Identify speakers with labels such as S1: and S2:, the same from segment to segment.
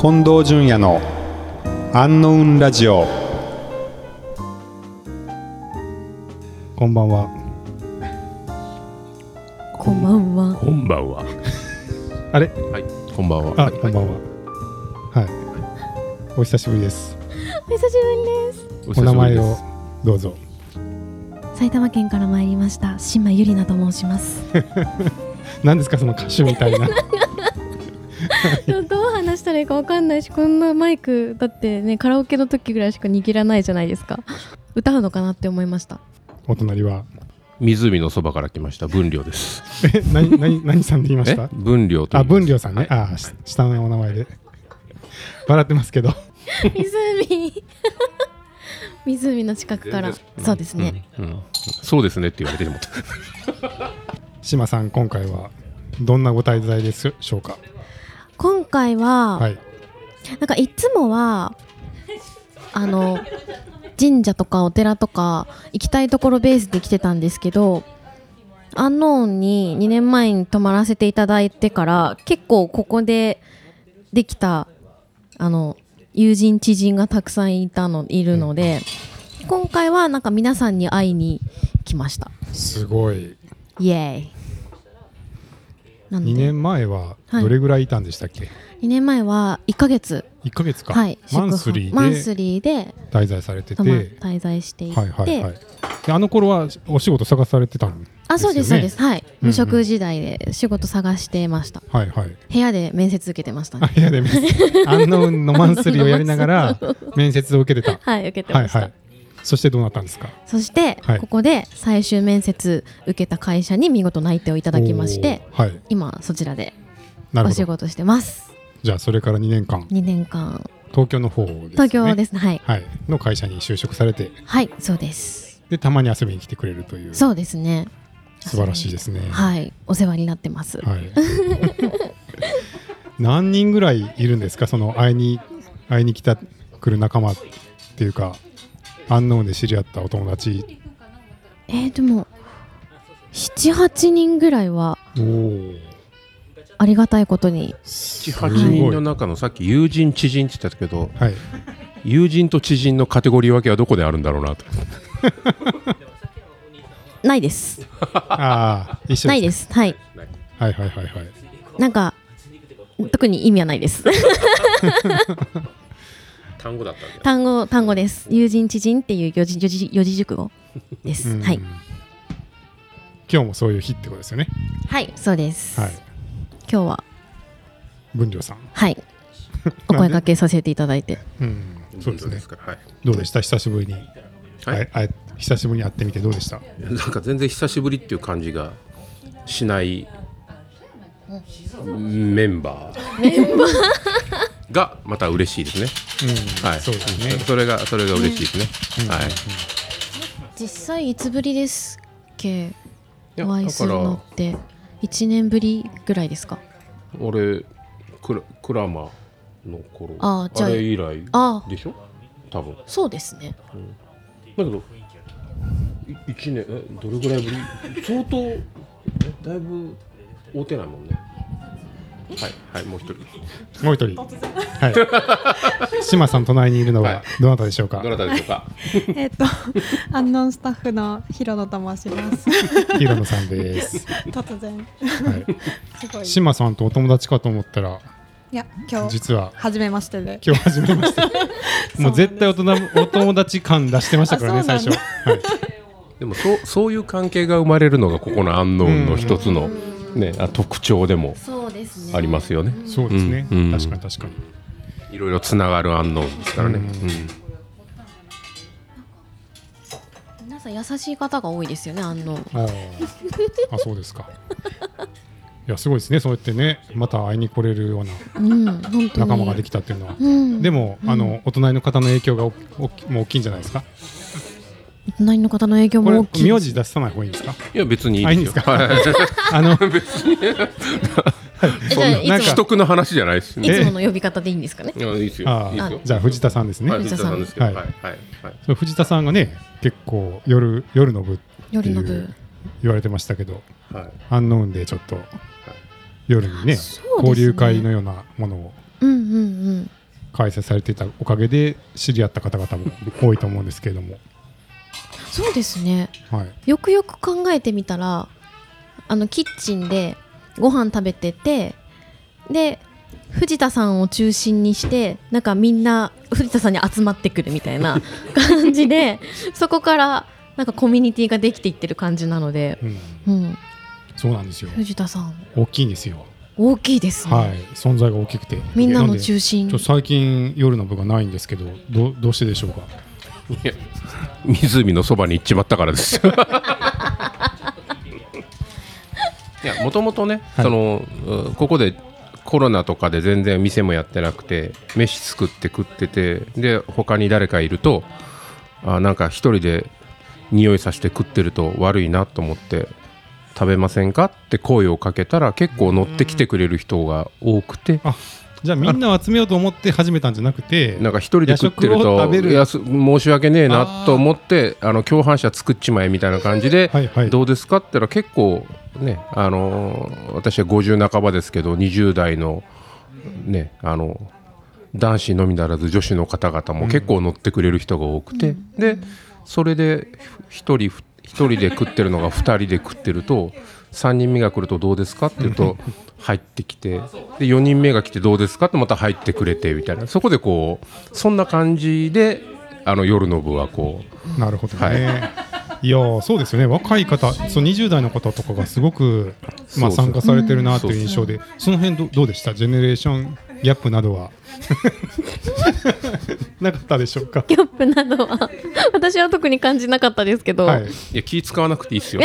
S1: 近藤淳也のアンノウンラジオこんばんは
S2: こんばんは。
S3: こんばんは。
S1: あれ
S3: はい。こんばんは。
S1: あこんばんははいお久しぶりです
S2: お久しぶりです。
S3: お
S1: お
S3: 久し
S1: 名
S3: ぶり
S1: 前
S3: です
S1: を。どうぞ
S2: 埼玉県から参りました。島ゆりなと申します。
S1: 何ですかその歌手みたいな
S2: どう話したらいいかわかんないし、こんなマイクだってねカラオケの時ぐらいしか握らないじゃないですか。歌うのかなって思いました。
S1: お隣は
S3: 湖のそばから来ました。分量です。
S1: え何何何さんで言いまし
S3: え
S1: た？
S3: 分量と。
S1: あ分量さんね、ああし下のお名前で笑ってますけど
S2: 湖。湖の近くから
S3: 全。
S2: そうですね。
S3: うん。そうですねって言われてしまった。
S1: 志麻さん今回はどんなご滞在でしょうか
S2: 今回は、
S1: はい
S2: なんかいつもはあの神社とかお寺とか行きたいところベースで来てたんですけどアンノーンに2年前に泊まらせていただいてから結構ここでできたあの友人知人がたくさんいたのいるので今回はなんか皆さんに会いに来ました
S1: すごい
S2: イエーイなので
S1: 2年前はどれぐらいいたんでしたっけ、
S2: 2年前は1ヶ月
S1: 1ヶ月か、
S2: はい
S1: マンスリ
S2: 宿泊マン
S1: ー
S2: ス
S1: で
S2: リーで
S1: 滞在されてて、
S2: 泊ま滞在していて、
S1: はいはいはいであの頃はお仕事探されてたんですよ、ね、
S2: あそうですそうですはい、
S1: うん
S2: 無職時代で仕事探してました
S1: はいはい
S2: 部屋で面接受けてました
S1: あ
S2: ね
S1: いやでも アンノーンのマンスリーをやりながら面接を受けてた
S2: はい受けて
S1: は
S2: ま
S1: い
S2: した、
S1: はいそしてどうなったんですか
S2: そして、
S1: はい
S2: ここで最終面接受けた会社に見事内定をいた
S1: い
S2: だきまして
S1: はい
S2: 今そちらで
S1: なる
S2: お
S1: ほ
S2: 仕
S1: ど
S2: 事してます
S1: じゃあそれから2年間
S2: 2年間
S1: 東京の方です、ね、
S2: 東京ですすねはい
S1: はいの会社に就職されて
S2: はいそうです
S1: でたまに遊びに来てくれるという素
S2: そうですね
S1: 晴らしいですね
S2: はいお世話になってます、
S1: はい 何人ぐらいいるんですかその会いに会いに来た来る仲間っていうかアンノーンで知り合ったお友達
S2: えー、でも78人ぐらいは
S1: おお
S2: ありがたいことに
S3: 七八人の中のさっき友人知人って言ってたけど、
S1: はい
S3: 友人と知人のカテゴリー分けはどこであるんだろうなと。
S2: ないです
S1: ああ一緒
S2: ないですすはい
S1: はいはいはいはい
S2: なんか特に意味はないです
S3: 単語だったんだ。
S2: 単語単語です友人知人っていう四字四字四字熟語です
S1: うん
S2: はい
S1: 今日もそういう日ってことですよね
S2: はいそうです、
S1: はい
S2: 今日は
S1: 文良さん
S2: はいお声掛けさせていただいて
S1: うんそうですね
S3: から。はい。
S1: どうでした久しぶりに
S3: はい
S1: あい久しぶりに会ってみてどうでした
S3: なんか全然久しぶりっていう感じがしないメンバーがまた嬉しいですね。はい、
S1: そうですね
S3: それがそれが嬉しいですね。はい。
S2: 実際いつぶりですっけ
S3: いや
S2: お会いするのって1年ぶりぐらいですか
S3: 俺クラクラマの頃
S2: あーじゃあ
S3: れ以来
S2: あ
S3: でしょ？多分。だ
S2: そうですね
S3: けどい一年えどれぐらいぶり？相当えだいぶ会うてないもんね。はいはいもう一人。
S1: もう一人はい島さん隣にいるの
S3: は
S1: はいどなたでしょうか
S3: どなたでしょうか？
S4: えっと、アンノンスタッフのヒロノと申し ます。
S1: ヒロノさんです
S4: 突然、
S1: はい、
S4: すごい。
S1: 志麻さんとお友達かと思ったら
S4: いや、今日、
S1: 実は
S4: 初めましてで。
S1: 今日初めましてもう絶対おとなお友達感出してましたからね
S4: あそう
S1: 最
S4: なん
S1: 初、
S4: だ
S1: はい、
S3: でもそうそういう関係が生まれるのがここのアンノーンの一つの、ね、あ特徴でも
S2: そうです
S3: ありますよね。
S1: そうですね、
S3: うん
S1: 確かに確かに
S3: いろいろつながるアンノーンですからね。うん
S2: 皆さん優しい方が多いですよねあの
S1: あーあそうですかいやすごいですねそうやってねまた会いに来れるような
S2: うん本当に
S1: 仲間ができたっていうのは、
S2: うん
S1: でも、あのお隣の方の影響がおおもう大きいんじゃないですか
S2: 隣の方の影響も
S1: これ
S2: 大きい
S1: 名字出さない方がいいんで すか
S3: いや別にい
S1: あいい
S3: い
S1: ん
S3: で
S1: ですす
S3: よ。
S1: か あの
S2: えじゃあい
S1: なん
S2: つも
S1: か
S3: 既得な話じゃないです
S2: い
S3: ね。
S2: つもの呼び方でいいんですかね
S3: い。やいいですよ。
S1: あ
S3: いいです
S1: ー
S3: よ。
S1: じゃあ藤田さんですね、
S3: はい藤田さんですけど。
S1: は
S3: はいいはいはい。
S1: そう藤田さんがね結構夜夜の部って
S2: 夜
S1: い
S2: の部
S1: う言われてましたけど
S3: はい。
S1: アンノーンでちょっと夜にね
S2: そうですね
S1: 交流会のようなものを
S2: うんうんうん。
S1: 開催されていたおかげで知り合った方々も多いと思うんですけれども、
S2: そうですね
S1: はい、
S2: よくよく考えてみたらあのキッチンでご飯食べててで藤田さんを中心にしてなんかみんな藤田さんに集まってくるみたい な感じでそこからなんかコミュニティができていってる感じなので、
S1: うん、
S2: うん、
S1: そうなんですよ
S2: 藤田さん
S1: 大きいんですよ、
S2: 大きいですね、
S1: はい、存在が大きくて
S2: みんな
S1: な
S2: の
S1: で
S2: 中心
S1: ちょっと最近夜の部がないんですけどどうどうしてでしょうか
S3: いや湖のそばに行っちまったから ですよいやもともとね、
S1: はい
S3: そのうんここでコロナとかで全然店もやってなくて飯作って食っててで他に誰かいるとあなんか一人で匂いさせて食ってると悪いなと思って食べませんかって声をかけたら結構乗ってきてくれる人が多くて
S1: じゃあみんなを集めようと思って始めたんじゃなくて
S3: なんか一人で食ってる
S1: 夜食を
S3: と
S1: 食べる
S3: いやす申し訳ねえ
S1: あ
S3: な
S1: ー
S3: と思ってあの共犯者作っちまえみたいな感じで、
S1: はいはい
S3: どうですかって言ったら結構ねあのー私は50半ばですけど20代のねあの男子のみならず女子の方々も結構乗ってくれる人が多くて、でそれで一人一人で食ってる のが二人で食ってると3人目が来るとどうですかって言うと入ってきてで4人目が来てどうですかってまた入ってくれてみたいなそこでこうそんな感じであの夜の部はこう
S1: なるほどね、い、やーそうですよね若い方そう20代の方とかがすごく、まあ、
S3: そうそう
S1: 参加されてるなという印象でその辺どどうでしたジェネレーションギャップなど はなかったでしょうか
S2: ギャップなどは私は特に感じなかったですけど、
S1: はい、
S3: いや気使わなくていい ですよ。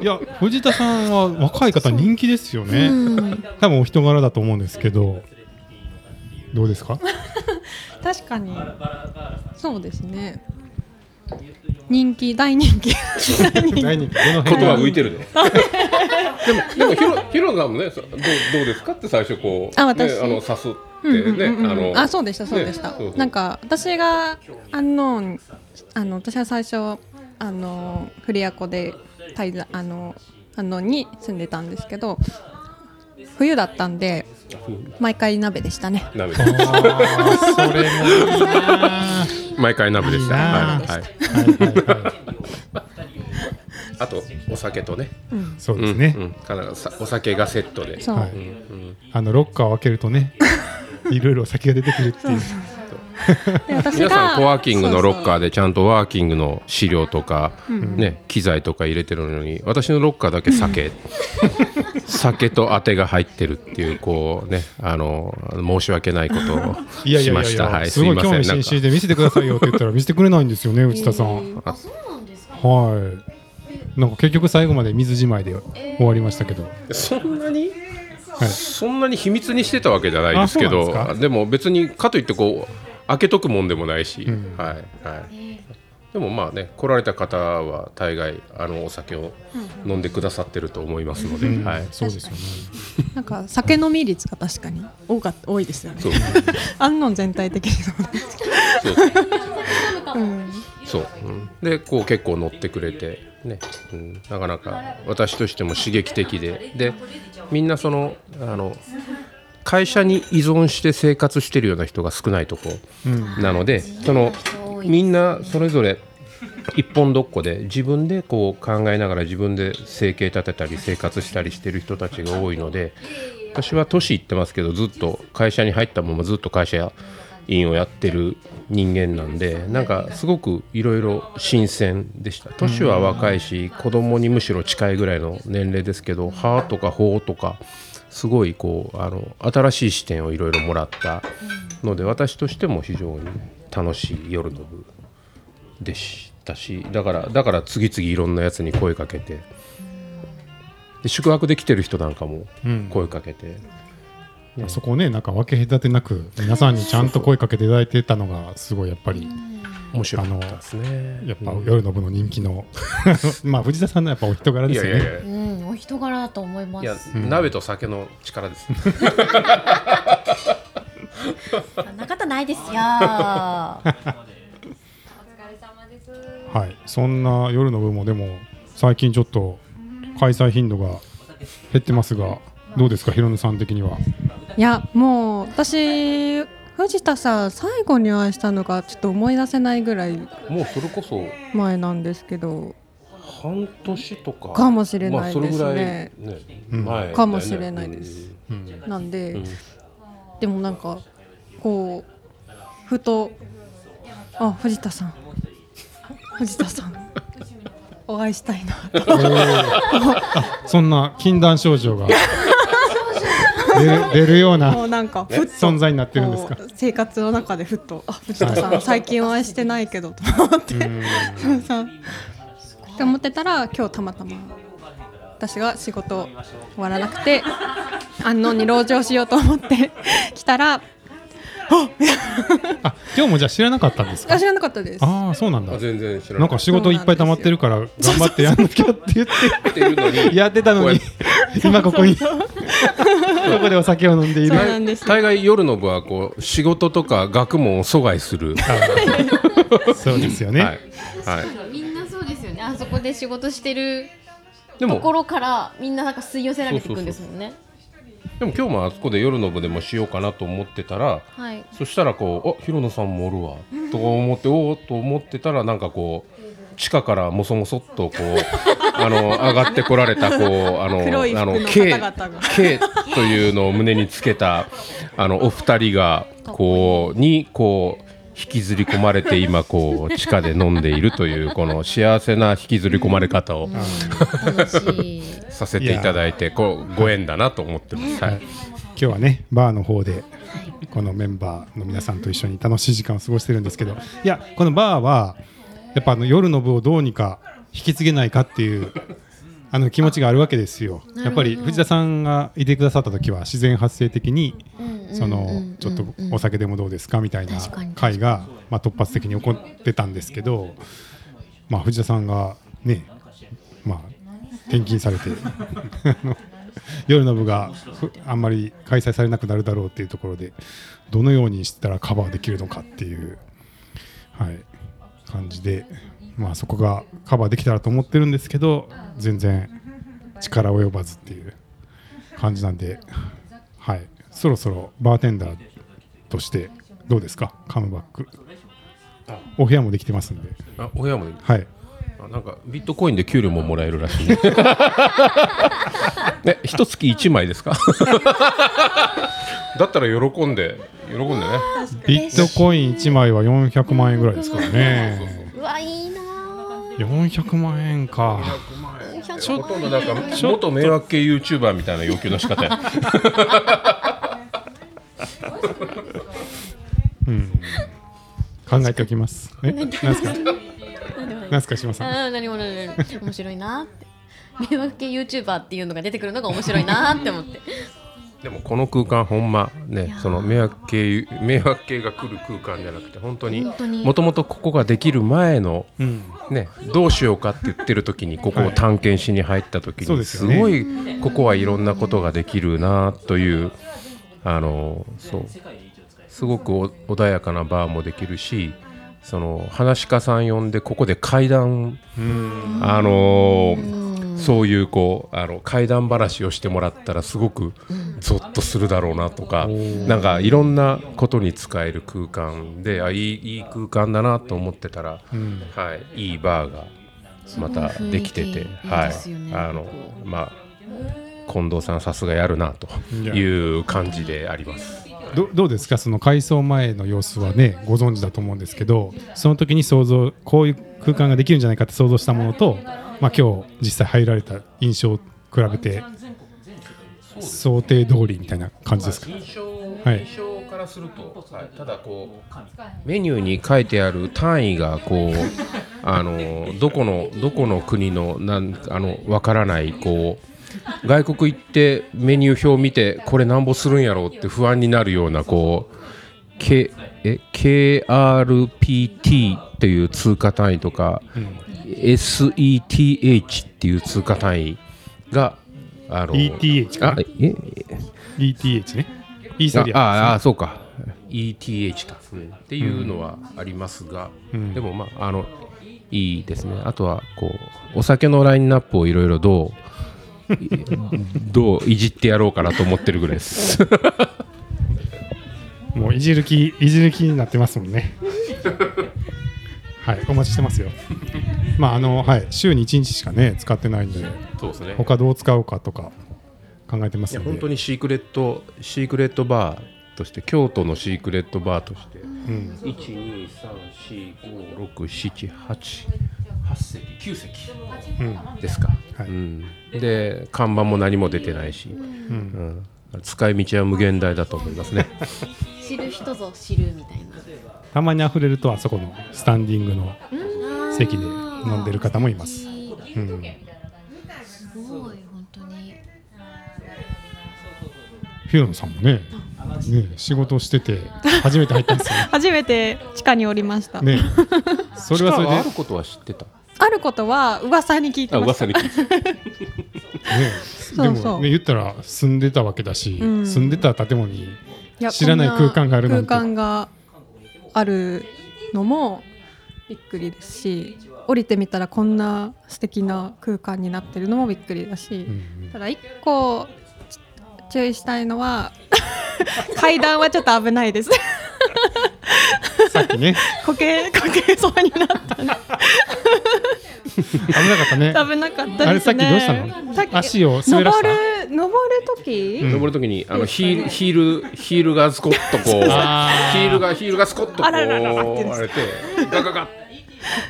S1: いや藤田さんは若い方人気ですよね、
S2: うん
S1: 多分お人柄だと思うんですけどどう ですか
S4: 確かにそうですね人気大人気
S1: 大 人気ど
S3: 言
S1: の辺
S3: 葉
S1: が
S3: 浮いてるね。でも、でも、ひろ、ひろさんもね、そどう、どうですかって最初こう。
S4: あ私
S3: ね、あの、さすっ
S4: うん
S3: て
S4: うんう
S3: ね、
S4: んうんあそう
S3: で
S4: でしたそうでした、
S3: ねそうそう
S4: なんか私がアンノーンあの私は最初あのフリアコで滞在あのアンノーンに住んでたんですけど冬だったんで毎回鍋でしたね
S3: 鍋で
S1: あ
S3: す。
S1: ーそれもいいなー
S3: 毎回鍋でした。
S1: いい
S3: は、
S1: ない
S3: は
S1: ぁ
S3: い。
S1: はいはいはい
S3: あと、お酒とね。
S1: そうですね、
S3: うんうん必ずさお酒がセットで。
S4: そう、
S1: はい
S3: うんうん
S1: あのロッカーを開ける とねいろいろお酒が出てくるっていう
S4: で私
S3: 皆さん、コワーキングのロッカ
S4: ー
S3: ーでちゃんとワーキングの資料とか、
S4: ん
S3: ね、機材とか入れてるのに、私のロッカーだけ酒、 酒とあてが入ってるっていう、こうね、あの、申し訳ないことを
S1: いやい
S3: し
S1: やい
S3: ま
S1: やい
S3: し
S1: や、
S3: た。はい、
S1: す
S3: すい
S1: ごい
S3: ません。
S1: 興味
S3: なん
S1: 津
S3: か
S1: 々で見せてくださいよって言ったら見せてくれないんですよね内田さん、
S2: あそうなんですか
S1: はいなんか結局最後まで水じまいで終わりましたけど、
S3: そんなに、
S1: はい
S3: そんなに秘密にしてたわけじゃないですけ
S1: あそ
S3: ど
S1: うなんで
S3: です
S1: か
S3: も別にかといってこう開けとくもんでもないし、
S1: ん
S3: はいはい、でもまあね来られた方は大概あのお酒を飲んでくださってると思いますので、
S1: うん
S3: はい、
S1: そうですよね
S4: なんか酒飲み率が確かに多か多いですよね
S3: そう
S4: アンノン全体的にそうなんですけど
S3: そうそう、うんでこう結構乗ってくれてね、うん、なかなか私としても刺激的ででみんなそのあの会社に依存して生活してるような人が少ないとこなので、そのみんなそれぞれ一本どっこで自分でこう考えながら自分で生計立てたり生活したりしてる人たちが多いので私は都市行ってますけどずっと会社に入ったままずっと会社員をやってる人間なんでなんかすごくいろいろ新鮮でした都市は若いし子供にむしろ近いぐらいの年齢ですけど歯とか頬とかすごいこうあの新しい視点をいろいろもらったので私としても非常に楽しい夜の部でしたしだからだから次々いろんなやつに声かけてで宿泊できてる人なんかも
S1: うん
S3: 声かけて、
S1: うんそこをねなんか分け隔てなく皆さんにちゃんと声かけていただいてたのがすごいやっぱり
S3: 面白かったですね
S1: やっぱ夜の部の人 気のまあ藤田さんのやっぱお人柄
S3: い
S1: で
S3: や
S1: す
S3: い
S1: よ
S3: や
S1: ね
S3: いや
S2: うん、お人柄だと思いま
S3: いや
S2: す。、
S3: 鍋と酒の力です、
S2: そんなことないですよ。は
S1: はい、そんな夜の部もでも最近ちょっと開催頻度が減ってますがどうですか、ひろのさん的には。
S4: いやも私藤田さん最後にお会いしたのがちょっと思い出せないぐらい
S3: もうそれこそ
S4: 前なんですけど
S3: 半年とか
S4: かもしれないですね
S3: まあ、それぐらいね
S1: うん
S3: 前だよね
S4: かもしれないです
S1: うん
S4: なんで、
S3: うん
S4: でもなんかこうふとあ藤田さん藤田さ んお会いしたいな と
S1: そんな禁断症状 が出る出るよう
S4: も
S1: な
S4: うなんかふっと
S1: 存在になってるんですか
S4: こう生活の中でふっとあ藤田さん最近お会いしてないけどと思ってそうそうって思ってたら今日たまたま私が仕事終わらなくて安納に籠城しようと思って来 たらあ
S1: あ今日もじゃあ知らなかったんですか
S4: 知らなかったです
S1: ああそうなんだ
S3: あ全然知ら
S1: な
S3: なんか
S1: か
S3: っ
S1: 仕事いっぱい溜まってるから頑張ってやんなきゃって言った
S3: っていうの
S1: て
S3: に
S1: やってたのに
S3: こ
S1: 今ここにここでお酒を飲んでい
S4: そう
S1: る
S4: なんです
S3: 大概夜の部はこう仕事とか学問を阻害する、
S1: そうですよ
S3: は
S1: ね
S3: いはい、
S2: みんなそうですよねあそこで仕事してる
S3: でも
S2: ところからみんななんか吸い寄せられていくんですもんね
S3: でも今日もあそこで夜の部でもしようかなと思ってたら
S2: はい
S3: そしたらこう「あヒロノさんもおるわ」とか思って「おお」と思ってたらなんかこう地下からもそもそっとこ うあの上がってこられたこうあの
S4: 黒い服の
S3: あの
S4: 方
S3: K,
S4: 々が
S3: K というのを胸につけたあのお二人がこうにこう引きずり込まれて今こう地下で飲んでいるというこの幸せな引きずり込まれ方を
S2: 楽しい
S3: させていただいてこうご縁だなと思ってます。はい
S1: 今日はねバーの方でこのメンバーの皆さんと一緒に楽しい時間を過ごしてるんですけどいやこのバーはやっぱあの夜の部をどうにか引き継げないかっていうあの気持ちがあるわけですよやっぱり藤田さんがいてくださった時は自然発生的にそのちょっとお酒でもどうですかみたいな
S2: 確かに
S1: 会がまあ突発的に起こってたんですけどまあ藤田さんがねまあ転勤されて あの夜の部がふあんまり開催されなくなるだろうっていうところでどのようにしたらカバーできるのかっていう、はい、感じで、まあ、そこがカバーできたらと思ってるんですけど全然力及ばずっていう感じなんで、はい、そろそろバーテンダーとしてどうですかカムバックお部屋もできてますんで、
S3: あお部屋も
S1: はい、
S3: あなんかビットコインで給料ももらえるらしい。 ね、一月一枚です か。だったら喜んで、喜んでね。
S1: ビットコイン1枚は400万円ぐらいですからね。
S2: うわいいな
S1: 400万円か。
S3: ちょっとなんか、元迷惑系ユーチューバーみたいな要求の仕方 や。
S1: 考えておきます。え、なんすか。なんすか、島さん。
S2: あー何もない何もない面白いなって迷惑系 YouTuber っていうのが出てくるのが面白いなって思って
S3: でも、この空間、ほんま、ね、その迷惑系、迷惑系が来る空間じゃなくて、本当に
S2: 本当。に
S3: もともとここができる前の。
S1: うん、
S3: ね、どうしようかって言ってる時にここを探検しに入った時に、
S1: そうです
S3: す
S1: よね
S3: ごいここはいろんなことができるなというあのそうすごくお穏やかなバーもできるしその話し家さん呼んでここで階段
S1: うん、
S3: あのそういうこうあの怪談話をしてもらったらすごくゾッとするだろうなとか、なんかいろんなことに使える空間であいいいい空間だなと思ってたら、はい、いいバーがまたできてて、
S2: すごい雰囲気いい
S3: は
S2: ですよね
S3: い、あの
S2: ここ
S3: まあ近藤さんさすがやるなという感じであります。
S1: どどうですかその改装前の様子はねご存知だと思うんですけどその時に想像こういう空間ができるんじゃないかって想像したものと、まあ、今日実際入られた印象を比べて想定通りみたいな感じですか
S3: 印象
S1: はい
S3: 印象からすると、はいただこうメニューに書いてある単位が こうあのどこのどこの国のなんあのわからないこう外国行ってメニュー表を見てこれなんぼするんやろうって不安になるようなこう K え KRPT っていう通貨単位とか、SETH っていう通貨単位があの
S1: ETH か
S3: あえ
S1: ETH ねイーサリア
S3: あああそうか ETH か、っていうのはありますが、でもまああのいいですねあとはこうお酒のラインナップをいろいろどうどういじってやろうかなと思ってるぐらいです
S1: ういじる気いじる気になってますもんねはいお待ちしてますよまああのはい週に1日しかね使ってないんで
S3: そうですね
S1: 他どう使うかとか考えてま
S3: い
S1: す
S3: や
S1: ので
S3: 本当にシークレットシークレットバーとして京都のシークレットバーとして
S1: うん、
S3: 123456788席9席
S1: うん
S3: ですか、
S1: はい
S3: うん、で看板も何も出てないし、
S1: うん
S3: うん、使い道は無限大だと思いますね
S2: 知る人ぞ知るみたいな
S1: たまに溢れるとあそこのスタンディングの席で飲んでる方もいます
S2: す。
S1: うん、
S2: ごい本当 に
S1: ヒロノさんもねね仕事してて初めて入ったんですよ
S4: 初めて地下におりました、
S1: ねそれはそれ
S3: 地下
S1: で
S3: あることは知ってた
S4: あることは噂に聞いて
S3: あ
S4: まし
S3: 噂
S4: た
S3: に聞いて
S1: ね、
S4: う
S1: で
S4: そう
S1: もね言ったら住んでたわけだし、
S4: うん
S1: 住んでた建物に
S4: や
S1: 知らない
S4: こん
S1: 空間があるなんて
S4: 空間があるのもびっくりですし降りてみたらこんな素敵な空間になってるのもびっくりだし、
S1: うん
S4: ただ一個ち注意したいのは 階段はちょっと危ないです
S1: う んさっきね
S4: こけこけそうになった
S1: 危なかったね
S4: 危なかったで
S1: あれさ
S4: すね
S1: っきどうしたの
S4: さっき
S1: 足を滑らした
S4: 登る登る時、
S1: うん
S3: 登るときにあのヒールヒールヒールがスコッとこうヒ
S1: あー
S3: ールがヒールがスコッとこう
S4: あららららって言うんで
S3: 割れてガガガッ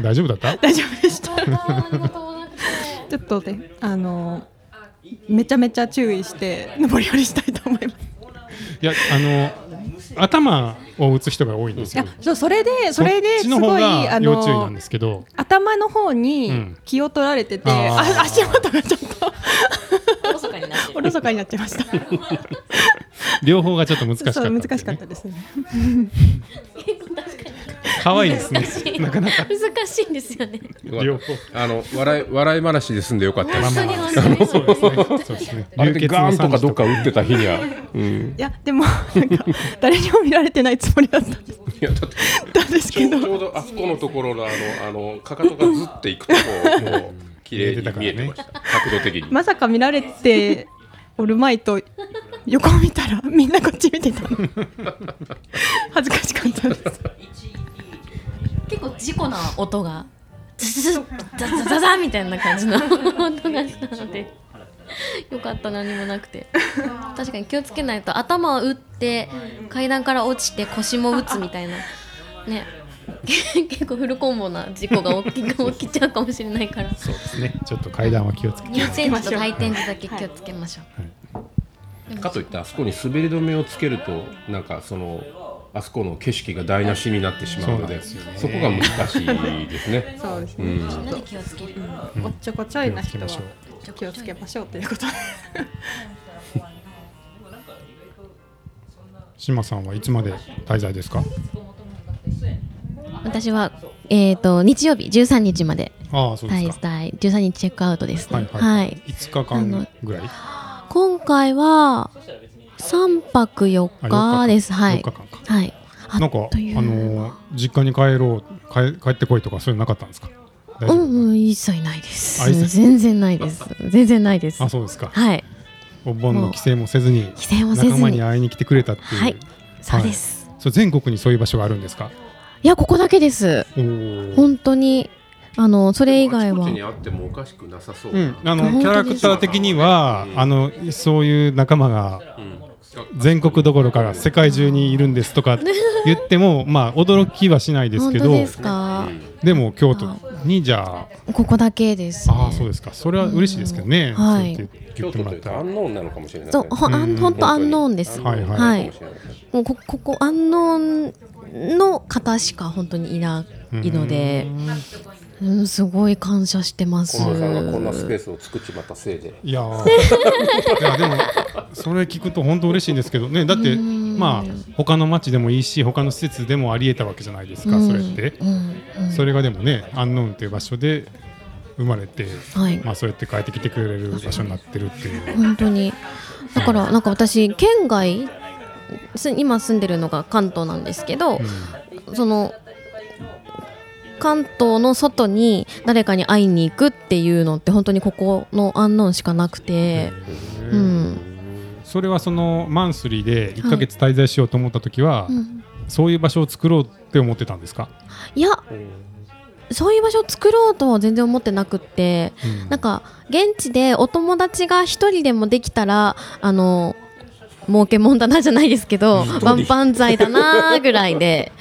S1: 大丈夫だった
S4: 大丈夫でした
S2: あ
S4: ちょっとね、あのめちゃめちゃ注意して上り下りしたいと思います。
S1: いやあの頭を打つ人が多いんです
S4: いや
S1: よ、
S4: そうそれでそ
S1: こ
S4: れで
S1: っち
S4: す
S1: の
S4: ご
S1: 方
S4: い
S1: が
S4: あ
S1: 要注意なん
S4: の
S1: ですけど
S4: 頭の方
S1: う
S4: に
S1: ん
S4: 気を取られてて、
S1: あー
S4: あ足元がちょっと
S5: そかになって
S4: お
S5: る
S4: ろそかになっちゃいました。
S1: 両方がちょっと難しかった
S4: そ
S1: ん
S4: う
S1: で、
S4: 難しかったですね。
S1: 可愛いですねなかなか
S2: 難しいんですよね
S1: 両方
S3: あの笑い笑い話で済んでよかったです
S2: 本当に本当に
S1: そうですねそうですね
S3: あれでガーンとかどっ
S1: っ
S3: か打ってた日には、うん、
S4: いやでもなんか誰にも見られてないつもりだったんです
S3: いやだって
S4: たんです
S3: ちょ
S4: け
S3: う
S4: ど、
S3: どあそこのところのあのあのかかとがずっていくとこうもう綺麗に見えてました角度的に、
S4: まさか見られておるまいと横を見たらみんなこっち見 てた。恥ずかしかったです。
S2: 結構事故な音がズズッザザザザみたいな感じ の音がしたのでよかった何もなくて確かに気をつけないと頭を打って階段から落ちて腰も打つみたいなね け結構フルコンボな事故が起き が起きちゃうかもしれないから
S1: そうですねちょっと階段は気をつけて
S2: 入転時と回転時だけ気をつけましょう、
S3: かといってあそこに滑り止めをつけるとなんかそのあそこの景色が台無しになってしまうのでそこが難しいですね
S4: そうです
S3: う
S4: ね。
S3: ん
S2: みんなで気をつける、
S4: おっちょこちょいな人は
S1: 気をつけましょ
S4: 気をつけましょうということで
S1: 島さんはいつまで滞在ですか
S2: 私は、えー、と日曜日13日まで
S1: ああそうで
S2: 滞
S1: すか
S2: 在13日チェックアウトですね
S1: はいは
S2: は
S1: い、
S2: い
S1: 5日間ぐらい
S2: 今回は三泊四日です。
S1: あ
S2: は
S1: 四
S2: い
S1: 日。間か
S2: はい。あ
S1: なんかあ
S2: という
S1: のー実家に帰ろう帰帰ってこいとかそういうのなかったんですか大
S2: う
S1: 丈夫、
S2: んうん一切ないで
S1: あ一
S2: す。
S1: 切
S2: 全然ないです。全然ないです
S1: あ。そうですか
S2: はい。
S1: お盆の帰省もせずに
S2: 帰省もせずに
S1: 仲間に会いに来てくれたっていう、
S2: はいそうです。
S1: そう全国にそういう場所があるんですか
S2: いやここだけです。
S1: おー
S2: 本当にあのそれ以外
S3: あ
S2: は
S3: ちこちにあってもおかしくなさそう
S1: う
S3: な、
S1: ん、あの
S2: 本当です
S1: キャラクター的にはあのそういう仲間が
S3: うん
S1: 全国どころか世界中にいるんです とか言ってもまあ驚きはしないです
S2: 本
S1: け
S2: 当
S1: ど
S2: ですか。
S1: でも京都にじゃあ
S2: ここだけです。
S1: ああそうですかそれは嬉しいですけどね、
S2: うんはい
S1: そう言って
S3: 京
S1: 言って
S3: 都
S1: も
S3: と
S1: ら
S3: い
S1: っ
S3: う
S1: た
S3: かア
S1: ら
S3: ンノーンなのかもしれないです
S2: そう
S3: ね
S2: ほあ
S1: うん
S2: ん本当アンノーンです。
S1: はいはい
S2: はい
S3: かもしれないですね
S2: もうこここアンノーンの方しか本当にいないので、うん、すごい感謝してます。
S3: 小野さんがこんなスペースを作っちまったせいで
S1: いや ーいやでもそれ聞くと本当嬉しいんですけどねだってまあ他の町でもいいし他の施設でもありえたわけじゃないですか、それって、
S2: うん
S1: それがでもねアンノーンっていう場所で生まれて、
S2: はい
S1: まあ、そうやって帰ってきてくれる場所になってるっていう
S2: 本当にだからなんか私県外す今住んでるのが関東なんですけど、その関東の外に誰かに会いに行くっていうのって本当にここのアンノンしかなくて、うん
S1: それはそのマンスリーで1ヶ月滞在しようと思った時は、
S2: うん
S1: そういう場所を作ろうって思ってたんですか、
S2: いやそういう場所を作ろうとは全然思ってなくって
S1: うん
S2: なんか現地でお友達が一人でもできたらあの儲けもんだなじゃないですけど
S1: う ん
S2: 万々歳だなぐらいで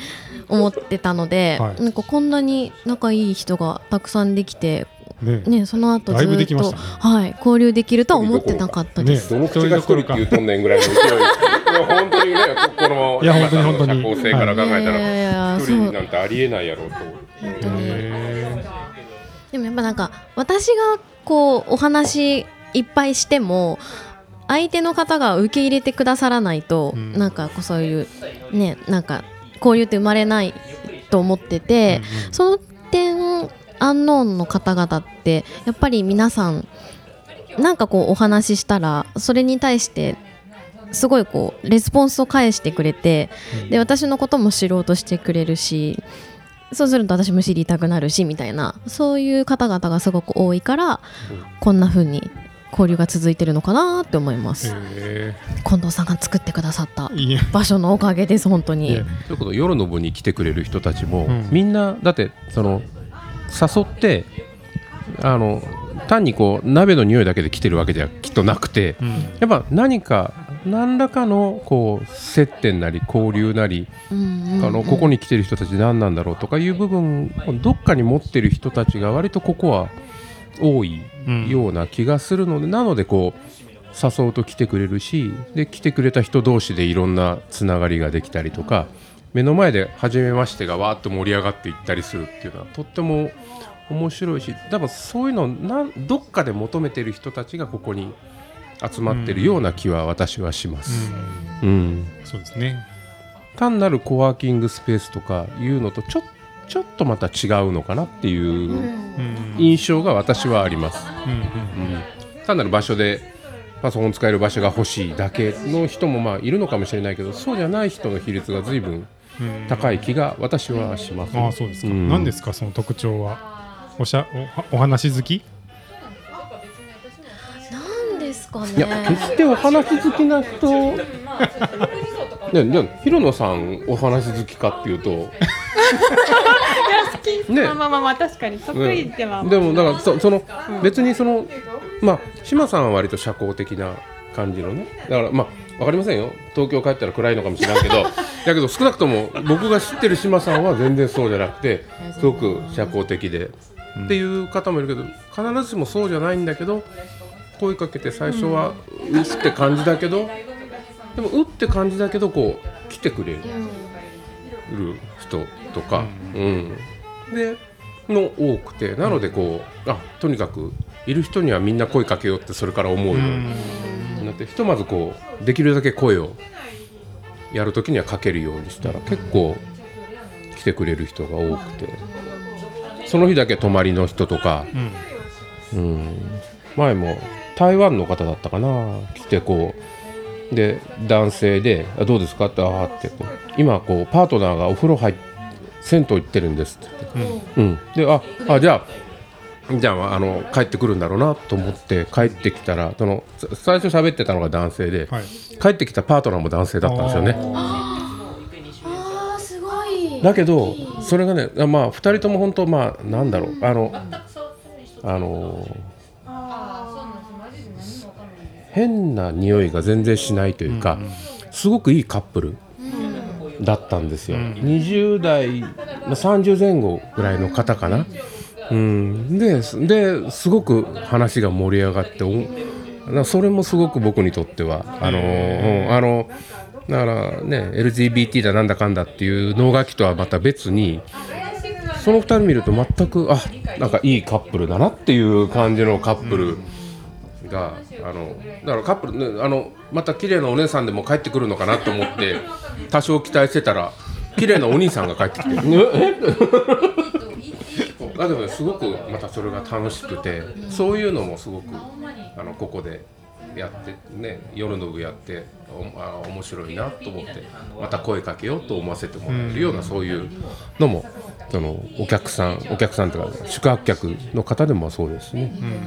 S2: 思ってたので、
S1: はい
S2: なんかこんなに仲いい人がたくさんできて、
S1: ね
S2: ね、その後
S1: だい
S2: ず
S1: ぶで
S2: っ
S1: きま
S2: と、
S1: したね
S2: はい、交流できるとは思ってなかったです。
S1: ね
S3: どの口が一人って言うとんねんぐらいの勢いいや本当にねこの
S1: いや本当に本当に
S3: 社交性から考え
S2: い
S3: た
S2: やいやい
S3: ら
S2: や
S3: 一人なんてありえないやろうと
S2: 本当に
S1: へー
S2: でもやっぱなんか私がこうお話いっぱいしても相手の方が受け入れてくださらないと、
S1: うん
S2: なんかこうそういうねなんか交流って生まれないと思ってて、
S1: うんうん
S2: その点アンノーンの方々ってやっぱり皆さんなんかこうお話ししたらそれに対してすごいこうレスポンスを返してくれてで私のことも知ろうとしてくれるしそうすると私も知りたくなるしみたいなそういう方々がすごく多いからこんな風に交流が続いてるのかなって思います
S1: へ
S2: 近藤さんが作ってくださった
S1: ーいや
S2: 場所のおかげです本当
S1: い
S2: に
S1: や
S3: ということで夜の部に来てくれる人たちも、
S1: うん
S3: みんなだってその誘ってあの単にこう鍋の匂いだけで来てるわけじゃきっとなくて、
S1: うん
S3: やっぱ何か何らかのこう接点なり交流なり、
S2: うんうん
S3: あのここに来てる人たち何なんだろうとかいう部分をどっかに持ってる人たちが割とここは多い
S1: うん
S3: ような気がするので、なのでこう誘うと来てくれるしで来てくれた人同士でいろんなつながりができたりとか目の前で「初めまして」がわーっと盛り上がっていったりするっていうのはとっても面白いし多分そういうのをなんどっかで求めてる人たちがここに集まってるような気は私はします。うん
S1: そうですね
S3: 単なるコワーキングスペースとかいうのとちょちょっとまた違うのかなっていう
S1: うん
S3: 印象が私はあります、
S1: うんう
S3: う
S1: ん
S3: ん単なる場所でパソコン使える場所が欲しいだけの人もまあいるのかもしれないけどそうじゃない人の比率が随分
S1: うん
S3: 高い気が私はします、
S1: ああそうですか、
S3: うん
S1: 何ですかその特徴はおしゃおお話好き
S2: 何ですか
S3: い
S2: ね
S3: や決してお話好きな人ねじゃあ広野さんお話好きかっていうと ね
S6: まあまあまあまあ確かに得意では、
S3: でもだからそその、別にそのまあ島さんは割と社交的な感じのねだからまあわかりませんよ東京帰ったら暗いのかもしれないけどだけど少なくとも僕が知ってる島さんは全然そうじゃなくてすごく社交的で、っていう方もいるけど必ずしもそうじゃないんだけど声かけて最初はうっって感じだけど、でもうって感じだけどこう来てくれる。る人とか、うんでの多くてなのでこう、あとにかくいる人にはみんな声かけようってそれから思うようになって、ひとまずこうできるだけ声をやる時にはかけるようにしたら結構来てくれる人が多くてその日だけ泊まりの人とか、
S1: うん
S3: うん、前も台湾の方だったかな来てこうで男性で「あどうですか?」って「ああ」ってこう今こうパートナーがお風呂入っ銭湯行ってるんです」って言って、うんでああじゃあじゃああの帰ってくるんだろうなと思って帰ってきたらそのさ最初喋ってたのが男性で、
S1: はい
S3: 帰ってきたパートナーも男性だったんですよね。
S2: あーすごい
S3: だけどそれがねあまあ2人とも本当まあなんだろうあのあの変な匂いが全然しないというか、すごくいいカップルだったんですよ、20代、まあ、30前後ぐらいの方かな、うん、ですですごく話が盛り上がっておなそれもすごく僕にとってはあの、うんあのだからね LGBT だなんだかんだっていう能書きとはまた別にその2人見ると全くあなんかいいカップルだなっていう感じのカップル。があのだからカップル、ね、あのまた綺麗なお姉さんでも帰ってくるのかなと思って多少期待してたら綺麗なお兄さんが帰ってきて「 ねえだけどねすごくまたそれが楽しくてそういうのもすごくあのここでやってね夜の部やっておあ面白いなと思ってまた声かけようと思わせてもらえるようなそういうのもそのお客さんお客さんというか宿泊客の方でもそうですね、うん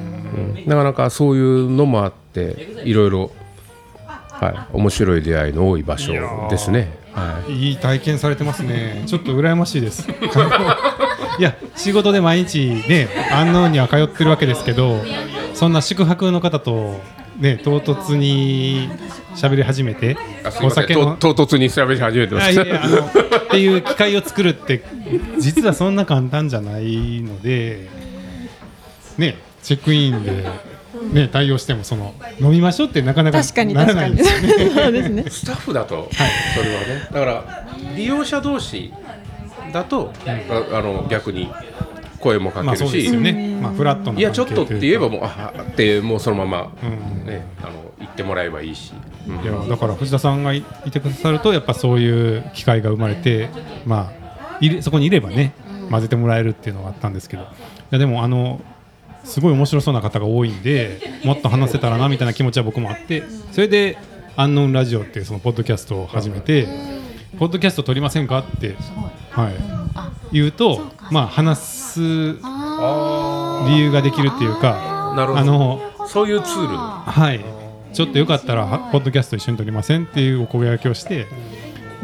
S3: なかなかそういうのもあっていろいろはい、面白い出会いの多い場所ですね。はい
S1: いい体験されてますね。ちょっと羨ましいです。 いや、仕事で毎日ね、安納には通ってるわけですけど、そんな宿泊の方とね、唐突に喋り始めて
S3: あ、すい
S1: お
S3: ません
S1: 酒の。
S3: と唐突に調べ始めてま
S1: あい
S3: す。
S1: やいやあのっていう機会を作るって実はそんな簡単じゃないのでねチェックインで、ね、対応してもその飲みましょうってなかなか
S4: 確かに
S1: なら
S4: 確
S1: な
S4: か
S1: い
S4: に
S1: ですよね
S4: そうですね
S3: スタッフだと、それはね、だから利用者同士だと、ああの逆に声もかけ
S1: まあ
S3: る
S1: そうで
S3: し、
S1: すよね、まあ、フラットない
S3: やちょっとって言えば
S1: も
S3: もうああってもうそのまま、
S1: うん
S3: ねあの言ってもらえばいいし、うん
S1: いやだから藤田さんがいいてくださるとやっぱそういう機会が生まれて、まあ、いれそこにいればね混ぜてもらえるっていうのがあったんですけどいやでもあのすごい面白そうな方が多いんでもっと話せたらなみたいな気持ちは僕もあってそれで「アンノーンラジオ」っていうそのポッドキャストを始めて「ポッドキャスト撮りませんか?」って、はい、言うと、まあ、話す理由ができるっていうか
S3: なるほど
S1: あの
S3: そういうツー
S1: はい、ちょっとよかったらはポッドキャスト一緒に撮りませんっていうお声掛けをして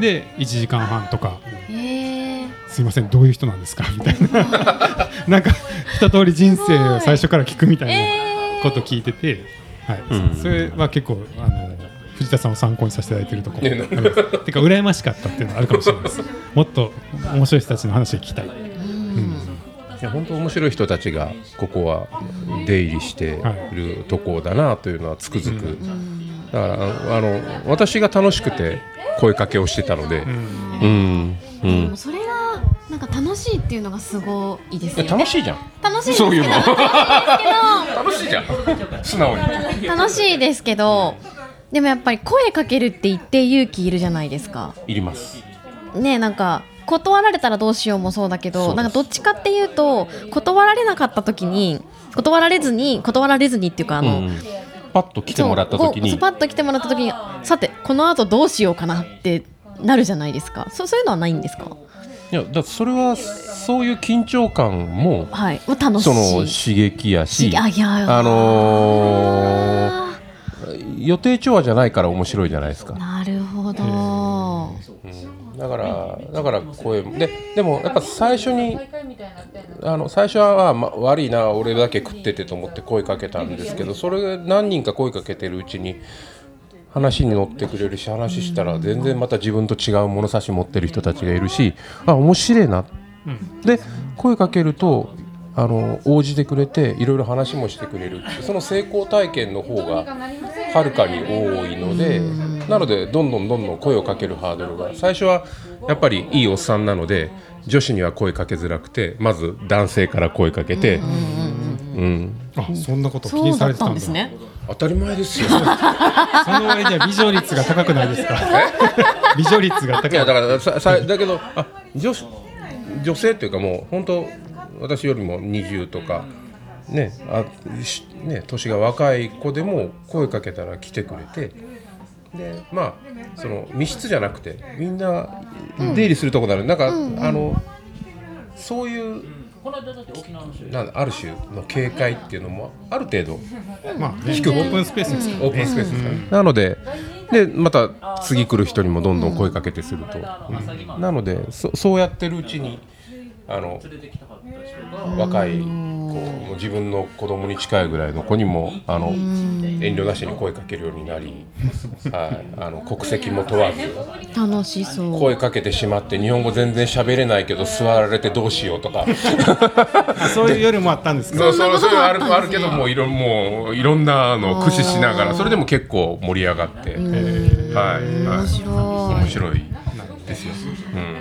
S1: で1時間半とか
S2: えー、
S1: すいませんどういう人なんですかみたいな なんか一通り人生を最初から聞くみたいなこと聞いてて、はい
S3: うん
S1: それは結構あの藤田さんを参考にさせていただいてるところ
S3: ね
S1: もありますてか羨ましかったっていうのはあるかもしれない ですもっと面白い人たちの話を聞きたい、
S3: ル。いや本当面白い人たちがここは出入りしているとこだなというのはつくづく、だからあの私が楽しくて声かけをしてたので、うんう
S2: で
S3: ん
S2: も、それがなんか楽しいっていうのがすごいですよ
S3: え
S2: ね
S3: 楽しいじゃん。
S2: 楽しいですけ
S3: そう
S2: ど
S3: いうの
S2: 楽しいです
S3: 楽しいじゃん。 素直に。
S2: け ど楽しいですけどでもやっぱり声かけるって言って勇気いるじゃないですか
S3: いります。
S2: ねえなんか断られたらどうしようもそうだけ
S3: そ
S2: ど
S3: うです
S2: なんかどっちかっていうと断られなかった時に断られずに断られずにっていうかあ
S3: う
S2: の、
S3: ん。パッと来てもらった
S2: そ
S3: 時に
S2: うこうそうパッと来てもらった時にさてこの後どうしようかなってなるじゃないですかそうそういうのはないんですか
S3: いやだからそれはそういう緊張感も
S2: はいもう楽しい
S3: その刺激や
S2: 刺
S3: し
S2: 激あいやー
S3: あのー予定調和じゃないから面白いじゃないですか、
S2: なるほど
S3: うんだからだから声もででもやっぱ最初にあの最初は、ま、悪いな俺だけ食っててと思って声かけたんですけどそれ何人か声かけてるうちに話に乗ってくれるし話したら全然また自分と違う物差し持ってる人たちがいるしあ面白いなで声かけるとあの応じてくれていろいろ話もしてくれるその成功体験の方がはるかに多いのでなのでどんどんどんどん声をかけるハードルが最初はやっぱりいいおっさんなので女子には声かけづらくてまず男性から声かけて、うん、
S1: あそんなこと気
S2: そ
S1: に
S2: う
S1: さ
S2: だ
S1: れ
S2: って
S1: た
S2: た
S1: ん
S2: ん
S1: だ
S2: ですね
S3: 当たり前ですよ。
S1: その割には美女率が高くな いですか美女率が高
S3: いや
S1: い
S3: だからささだけどあ女子女性っていうかもう本当私よりも20とかねあしね年が若い子でも声かけたら来てくれてでまあその密室じゃなくてみんな出入りするとこなのでなんか、あのそういうなんだある種の警戒っていうのもある程度
S1: まあね、オープンスペースですから
S3: オープンスペースですからね、なのででまた次来る人にもどんどん声かけてすると、なのでそそうやってるうちにあの若い子もう自分の子供に近いぐらいの子にもあの遠慮なしに声かけるようになり、はい、あの国籍も問わず
S2: 楽しそう
S3: 声かけてしまって日本語全然喋れないけど座られてどうしようとか。
S1: あそういう夜もあったんですか
S3: そうそうそういうのある
S2: そんなこともあ
S3: あ
S2: った
S3: る
S2: んです
S3: け
S2: ね
S3: どもういろもういろんなのを駆使しながらそれでも結構盛り上がって、はい、はい、面
S2: 白い
S3: ですよ。うん、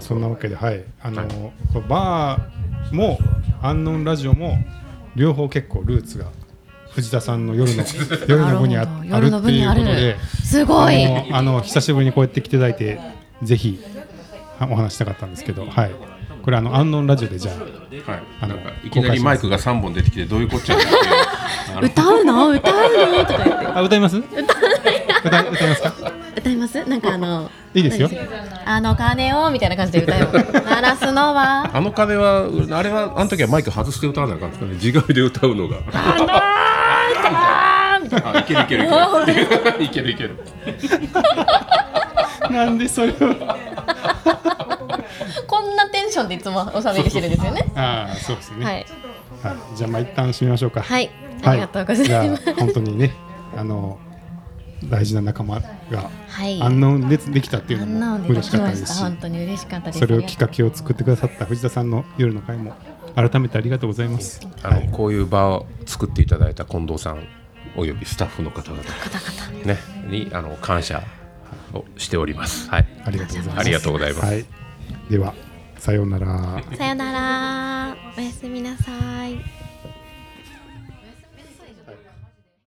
S1: そんなわけで、はい、あの、こうバーも、アンノンラジオも、両方結構ルーツが。藤田さんの夜 の、夜の部にあ、あ
S2: な
S1: る
S2: る
S1: っ
S2: ほど
S1: ていうことで。
S2: すごい
S1: あの、あの久しぶりにこうやって来ていただいて、ぜひ、はお話したかったんですけど、はい。これ、あの、アンノンラジオで、じゃあ、
S3: はい、
S1: あ
S3: な
S1: の
S3: んかいきなりマイクが三本出てきてどういうこっちゃっていうあの
S2: 歌うの歌うのとか言って
S1: あ、歌います。歌い歌い、ますか。
S2: 歌いますなんかあの
S1: いいですよ。
S2: あの鐘をみたいな感じで歌います鳴らすのは
S3: あの壁はあれはあの時はマイク外して歌わなあかんですかね自害で歌うのが
S2: あーみ
S3: あいけるいける いけるいけるいける
S1: なんでそれを
S5: こんなテンションでいつもおしゃべりしてるんですよね。
S1: ああそうですね
S2: は
S1: はい、
S2: い、
S1: じゃあまあ一旦締めましょうか
S2: はい、ありがとうございます
S1: じゃ。あ本当にねあの大事な仲間が
S2: はい、
S1: アンノンでできたっていうの
S2: なの
S1: も
S2: で
S1: 嬉
S2: で
S1: し
S2: き
S1: かった
S2: ま
S1: で
S2: した。
S1: すし
S2: 本当に嬉しかったです。
S1: それをきっかけを作ってくださった藤田さんの夜の会も改めてありがとうございます。
S3: あの、
S1: はい
S3: こういう場を作っていただいた近藤さんおよびスタッフの方々ねにあの感謝をしておりますはい
S1: ありがとうございます。
S3: ありがとうございます
S1: はい、ではさようなら。
S2: さよなら。おやすみなさい。